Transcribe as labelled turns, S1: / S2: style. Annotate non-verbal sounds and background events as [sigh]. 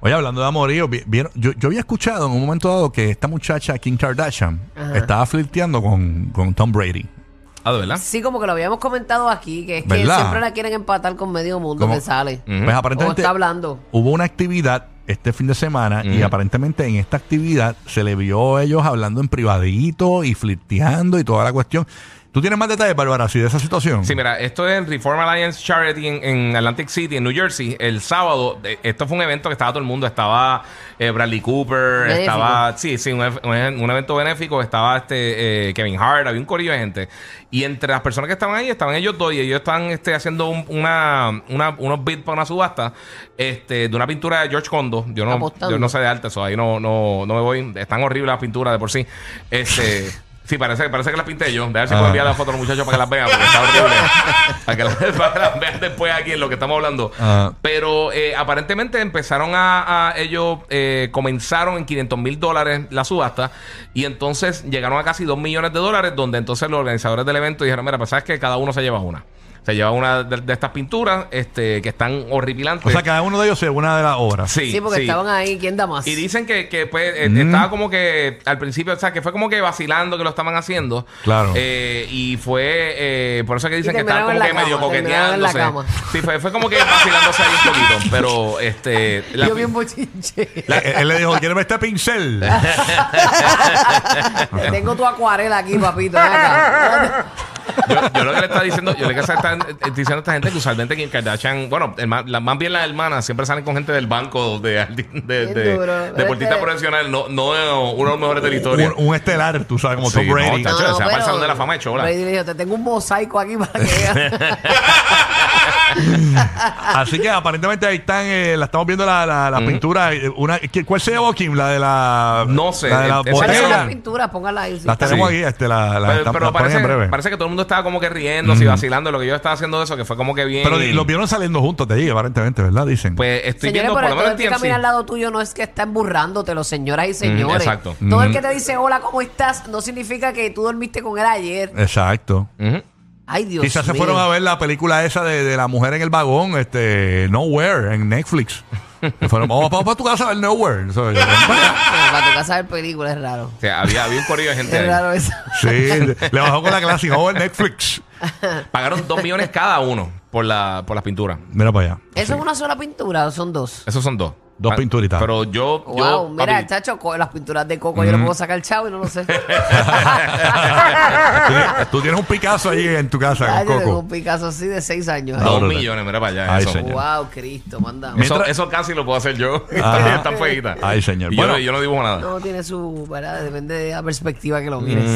S1: Oye, hablando de amorío, vi- vieron- yo, yo había escuchado en un momento dado que esta muchacha, Kim Kardashian, estaba flirteando con, con Tom Brady.
S2: Ah, de verdad.
S3: Sí, como que lo habíamos comentado aquí, que es que
S1: ¿Verdad?
S3: siempre la quieren empatar con medio mundo
S1: ¿Cómo?
S3: que sale.
S1: Pues aparentemente
S3: O está hablando.
S1: hubo una actividad este fin de semana y
S2: Ujú.
S1: aparentemente en esta actividad se le vio a ellos hablando en privadito y flirteando y toda la cuestión. ¿Tú tienes más detalles, Bárbara, así de esa situación?
S2: Sí, mira, esto es en Reform Alliance Charity en, en Atlantic City, en New Jersey. El sábado, eh, esto fue un evento que estaba todo el mundo. Estaba eh, Bradley Cooper,
S3: Benéfico.
S2: estaba. Sí, sí, un, ef- un- un evento benéfico. Estaba este eh, Kevin Hart, había un corillo de gente. Y entre las personas que estaban ahí, estaban ellos dos y ellos estaban este, haciendo un- una, una- unos bits para una subasta este, de una pintura de George Condo. Yo no,
S3: Apostando.
S2: yo no sé de arte, eso ahí no, no, no me voy. Están horribles las pinturas de por sí.
S1: [laughs]
S2: Este. Sí, parece, parece que las pinté yo. Déjame ver si puedo
S1: Ah.
S2: enviar la foto a los muchachos para que las vean, porque está
S1: [laughs]
S2: horrible. para, que las, [laughs] para que las vean después aquí en lo que estamos hablando.
S1: Ah.
S2: Pero eh, aparentemente empezaron a, a- ellos, eh, comenzaron en 500 mil dólares la subasta y entonces llegaron a casi 2 millones de dólares, donde entonces los organizadores del evento dijeron, mira, pues sabes que cada uno se lleva una. Se lleva una de, de estas pinturas este, que están horripilantes.
S1: O sea, cada uno de ellos se llevó una de las obras.
S3: Sí, porque estaban ahí, ¿quién da más?
S2: Y dicen que, que, pues, eh, estaba como que al principio, o sea, que fue como que vacilando que lo estaban haciendo.
S1: Claro.
S2: Eh, y fue, eh, por eso que dicen que estaban
S3: terminaron
S2: como que
S3: en la
S2: medio
S3: cama, terminaron en la
S2: coqueteándose.
S3: cama.
S2: Sí, fue, fue como que vacilándose ahí un
S3: [laughs]
S2: poquito. Pero, este. la-
S3: Yo
S2: [laughs]
S3: vi un bochinche.
S1: Eh, Él, le dijo, ¿quieres ver este pincel?
S3: Tengo tu acuarela aquí, papito. ven acá.
S2: yo, yo lo que le estaba diciendo, yo lo que estaba diciendo a esta gente que usualmente Kim Kardashian, bueno, herma- la- más bien las hermanas siempre salen con gente del banco de, arti- de,
S3: Bien
S2: de-
S3: duro.
S2: deportista
S3: Este-
S2: profesional, no, no uno de los mejores de la [laughs] historia.
S1: un, un estelar, tú sabes, como
S2: Sí,
S1: Tom
S2: no,
S1: Brady.
S2: [laughs] chacho. se va para el Salón de la Fama de Chola.
S3: Brady le dijo, te tengo un mosaico aquí para
S1: [laughs]
S3: que veas.
S1: Así que aparentemente ahí están, eh, la estamos viendo la, la, la pintura. eh, Una, ¿qué- ¿Cuál se llevó Kim? La de la.
S2: No sé, eh,
S1: La de la
S2: esa-
S3: ¿Cuáles son las
S1: botella.
S3: pinturas? Póngala ahí. sí.
S1: Las tenemos
S2: Sí.
S1: aquí, este, la, la,
S2: Pero,
S1: están-
S2: pero
S1: las ponen
S2: parece,
S1: en breve. Mm.
S2: parece que todo el mundo estaba como que riéndose y vacilando. Lo que yo estaba haciendo de eso, que fue como que bien.
S1: Pero di- los vieron saliendo juntos de ahí, aparentemente, ¿verdad? Dicen.
S2: Pues estoy
S3: Señores,
S2: viendo por
S3: pero
S2: lo
S3: todo
S2: menos
S3: el que
S2: en TMZ.
S3: camina al lado tuyo no es que está emburrándotelo, señoras y
S2: Mm,
S3: señores.
S2: exacto.
S3: Todo
S1: Mm.
S3: el que te dice hola, ¿cómo estás? No significa que tú dormiste con él ayer.
S1: Exacto.
S2: Ujú.
S3: Ay, Dios
S1: Quizás se
S3: mío.
S1: fueron a ver la película esa de, de la mujer en el vagón, este, Nowhere, en
S2: [laughs]
S1: Netflix. Se fueron, vamos, vamos para tu casa a ver Nowhere. ¿sabes?
S3: Bueno, para tu casa ver películas es raro.
S2: O sea, había, había un corrido de gente.
S3: Es
S2: ahí.
S3: raro eso.
S1: Sí, le bajó con la clase, vamos a ver Netflix.
S2: Pagaron dos millones cada uno por la, por las pinturas.
S1: Mira para allá.
S3: ¿Eso es una sola pintura o son dos?
S2: Esos son dos.
S1: Dos
S2: Ah,
S1: pinturitas.
S2: Pero yo.
S3: wow,
S2: yo,
S3: mira,
S2: papi,
S3: chacho, co- las pinturas de coco yo le puedo sacar chavo y no lo sé.
S1: Tú tienes- tú tienes un Picasso ahí en tu casa,
S3: Ay,
S1: con
S3: yo tengo
S1: Coco.
S3: un Picasso así de seis años.
S1: Ah,
S2: Dos
S1: brutal.
S2: millones, mira para allá.
S1: Ay,
S2: eso.
S1: señor.
S3: wow, Cristo, manda.
S2: Eso,
S1: Mientras-
S2: eso casi lo puedo hacer yo. [laughs]
S1: Ajá.
S2: Están feitas.
S1: Ay, señor.
S2: Y yo,
S1: Bueno.
S2: yo no dibujo nada.
S3: No tiene su, ¿verdad? Depende de la perspectiva que lo mires.